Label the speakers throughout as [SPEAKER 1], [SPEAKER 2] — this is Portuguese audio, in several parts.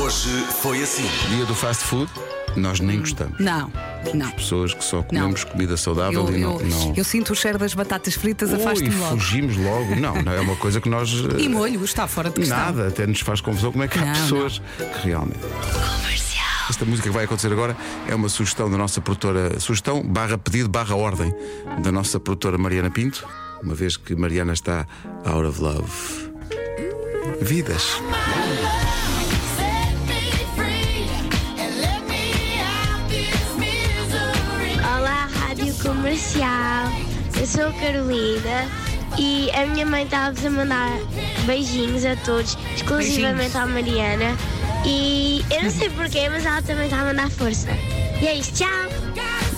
[SPEAKER 1] Hoje foi assim.
[SPEAKER 2] Dia do fast food, nós nem gostamos.
[SPEAKER 3] Não, não.
[SPEAKER 2] Pessoas que só comemos comida saudável
[SPEAKER 3] Eu,
[SPEAKER 2] e não.
[SPEAKER 3] eu-
[SPEAKER 2] não...
[SPEAKER 3] eu sinto o cheiro das batatas fritas,
[SPEAKER 2] Ui,
[SPEAKER 3] afasto-me logo.
[SPEAKER 2] fugimos logo. Não, não é uma coisa que nós. eh,
[SPEAKER 3] E molho, está fora de questão.
[SPEAKER 2] Nada, até nos faz confusão como é que há
[SPEAKER 3] Não,
[SPEAKER 2] pessoas que realmente. Esta música que vai acontecer agora é uma sugestão da nossa produtora, sugestão barra pedido barra ordem da nossa produtora Mariana Pinto, uma vez que Mariana está out of love. Vidas.
[SPEAKER 4] Set me free and let me out this misery.
[SPEAKER 5] Olá, Rádio Comercial. Eu sou a Carolina e a minha mãe estava-vos a mandar beijinhos a todos, exclusivamente à Mariana. E eu não sei porquê, mas ela também está a mandar força. E é isso, tchau!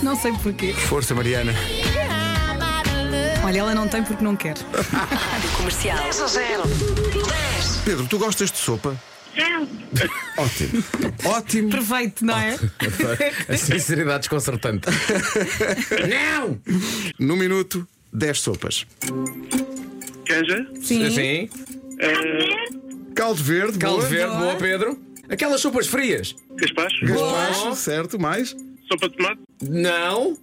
[SPEAKER 3] Não sei porquê.
[SPEAKER 2] Força, Mariana.
[SPEAKER 4] I'm out of love.
[SPEAKER 3] Olha, ela não tem porque não quer.
[SPEAKER 2] Pedro, tu gostas de sopa? Não. Ótimo. Ótimo.
[SPEAKER 3] Perfeito, não é?
[SPEAKER 6] A sinceridade desconcertante. não!
[SPEAKER 2] No minuto, 10 sopas.
[SPEAKER 7] Canja,
[SPEAKER 3] Sim.
[SPEAKER 6] Sim.
[SPEAKER 7] É,
[SPEAKER 2] Caldo verde,
[SPEAKER 6] Caldo
[SPEAKER 2] boa.
[SPEAKER 6] verde, boa, Pedro. Aquelas sopas frias.
[SPEAKER 7] gaspacho,
[SPEAKER 2] Gaspacho, certo, mais.
[SPEAKER 7] sopa de tomate,
[SPEAKER 6] Não.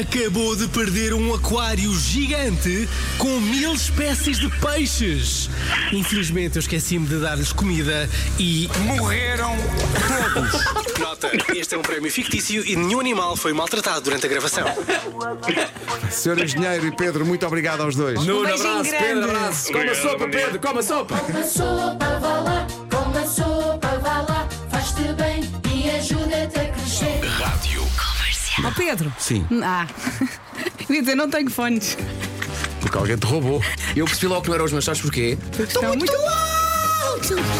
[SPEAKER 8] Acabou de perder um aquário gigante com mil espécies de peixes. Infelizmente eu esqueci-me de dar-lhes comida e morreram todos. Nota, este é um prémio fictício e nenhum animal foi maltratado durante a gravação.
[SPEAKER 2] Senhor Engenheiro e Pedro, muito obrigado aos dois.
[SPEAKER 6] Nuno,
[SPEAKER 3] beijinho
[SPEAKER 6] abraço,
[SPEAKER 3] grande.
[SPEAKER 6] Pedro, abraço. Coma
[SPEAKER 7] Obrigado,
[SPEAKER 6] sopa,
[SPEAKER 7] bom dia.
[SPEAKER 6] Pedro, coma sopa.
[SPEAKER 9] Coma sopa, vá lá, coma sopa, vá lá, faz-te bem e ajuda-te a crescer.
[SPEAKER 3] Ó Pedro.
[SPEAKER 2] Sim.
[SPEAKER 3] Ah. Eu ia dizer, não tenho fones.
[SPEAKER 2] Porque alguém te roubou.
[SPEAKER 6] Eu percebi logo que não era hoje, mas sabes porquê?
[SPEAKER 3] Estão muito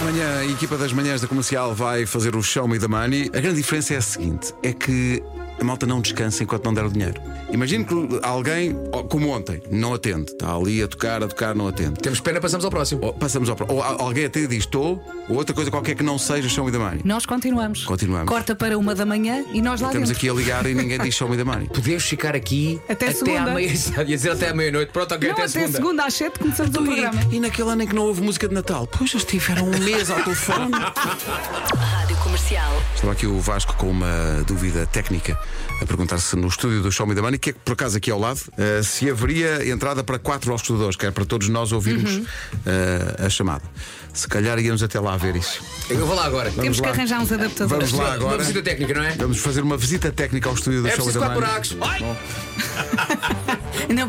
[SPEAKER 2] Amanhã a equipa das manhãs da comercial vai fazer o Show Me the Money. A grande diferença é a seguinte: é que a malta não descansa enquanto não der o dinheiro. Imagino que alguém, ó, como ontem, não atende. Está ali a tocar, a tocar, não atende.
[SPEAKER 6] Temos pena, passamos ao próximo.
[SPEAKER 2] Ou passamos ao. pro- Ou a- alguém até diz estou, ou outra coisa qualquer que não seja Show Me the Money.
[SPEAKER 3] Nós continuamos.
[SPEAKER 2] Continuamos.
[SPEAKER 3] Corta para uma da manhã e nós lá
[SPEAKER 2] Estamos
[SPEAKER 3] dentro.
[SPEAKER 2] aqui a ligar e ninguém diz Show Me the Money.
[SPEAKER 6] Podemos ficar aqui
[SPEAKER 3] Até
[SPEAKER 6] à
[SPEAKER 3] segunda.
[SPEAKER 6] meia-noite. Ia dizer até à meia-noite. Pronto, ok,
[SPEAKER 2] é
[SPEAKER 3] Não,
[SPEAKER 6] até,
[SPEAKER 3] até,
[SPEAKER 6] à segunda.
[SPEAKER 3] segunda às sete começamos o programa.
[SPEAKER 2] E, e naquele ano em que não houve música de Natal? Pois eles tiveram um mês ao telefone.
[SPEAKER 10] Rádio Comercial.
[SPEAKER 2] Estava aqui o Vasco com uma dúvida técnica a perguntar se no estúdio do Show Me the Money, que é por acaso aqui ao lado, eh, se haveria entrada para quatro hostedores, que era para todos nós ouvirmos eh, a chamada. Se calhar íamos até lá ver isso.
[SPEAKER 6] Eu vou lá agora.
[SPEAKER 3] Temos que
[SPEAKER 2] lá.
[SPEAKER 3] arranjar uns adaptadores.
[SPEAKER 2] Vamos lá
[SPEAKER 6] Uma
[SPEAKER 2] agora.
[SPEAKER 6] visita técnica, não é?
[SPEAKER 2] Vamos fazer uma visita técnica ao estúdio do
[SPEAKER 6] É
[SPEAKER 2] Show Me
[SPEAKER 6] preciso
[SPEAKER 2] the
[SPEAKER 6] quatro
[SPEAKER 2] Money.
[SPEAKER 6] buracos. Ai,
[SPEAKER 3] Não,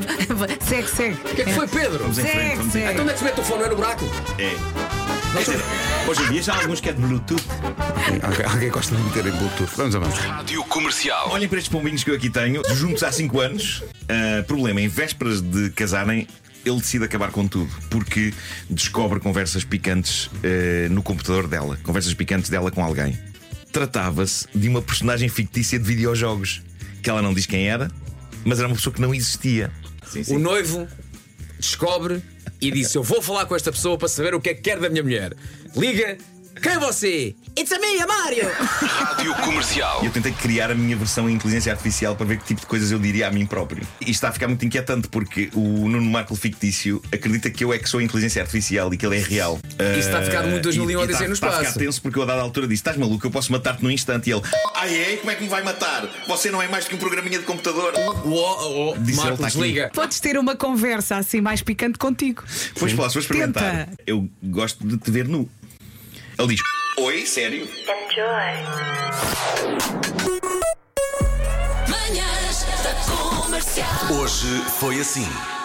[SPEAKER 3] segue, segue.
[SPEAKER 6] o que é que foi, Pedro?
[SPEAKER 3] Segue,
[SPEAKER 6] Então
[SPEAKER 3] segue.
[SPEAKER 6] onde é que se mete o fone? Não é no buraco?
[SPEAKER 8] Hoje em dia já há alguns que é de Bluetooth.
[SPEAKER 2] Alguém, alguém gosta de meter em Bluetooth. Vamos avançar.
[SPEAKER 1] Rádio Comercial.
[SPEAKER 8] Olhem para estes pombinhos que eu aqui tenho, juntos há 5 anos. Ah, problema, em vésperas de casarem, ele decide acabar com tudo, porque descobre conversas picantes ah, no computador dela, conversas picantes dela com alguém. Tratava-se de uma personagem fictícia de videojogos, que ela não diz quem era, mas era uma pessoa que não existia.
[SPEAKER 6] O noivo descobre e disse: Eu vou falar com esta pessoa para saber o que é que quer da minha mulher. Liga, quem é você? It's a me, a Mário!
[SPEAKER 1] Rádio Comercial.
[SPEAKER 8] E eu tentei criar a minha versão em inteligência artificial para ver que tipo de coisas eu diria a mim próprio. E está a ficar muito inquietante porque o Nuno Marco fictício acredita que eu é que sou a inteligência artificial e que ele é real.
[SPEAKER 6] Isso está um a ficar muito 2001
[SPEAKER 8] e- e
[SPEAKER 6] Odisseia
[SPEAKER 8] tá-
[SPEAKER 6] no
[SPEAKER 8] tá a
[SPEAKER 6] espaço.
[SPEAKER 8] ficar tenso porque eu a dada altura disse: Estás maluco, eu posso matar-te num instante. E ele: Ai é? Como é que me vai matar? Você não é mais do que um programinha de computador.
[SPEAKER 6] Uou, uou,
[SPEAKER 8] Disse ele,
[SPEAKER 6] Marco,
[SPEAKER 8] "Tá aqui."
[SPEAKER 6] desliga.
[SPEAKER 3] Podes ter uma conversa assim mais picante contigo.
[SPEAKER 8] Pois posso, vou experimentar.
[SPEAKER 3] Tenta.
[SPEAKER 8] Eu gosto de te ver nu. Ele diz: Oi, sério?
[SPEAKER 4] Manhãs da comercial.
[SPEAKER 1] Hoje foi assim.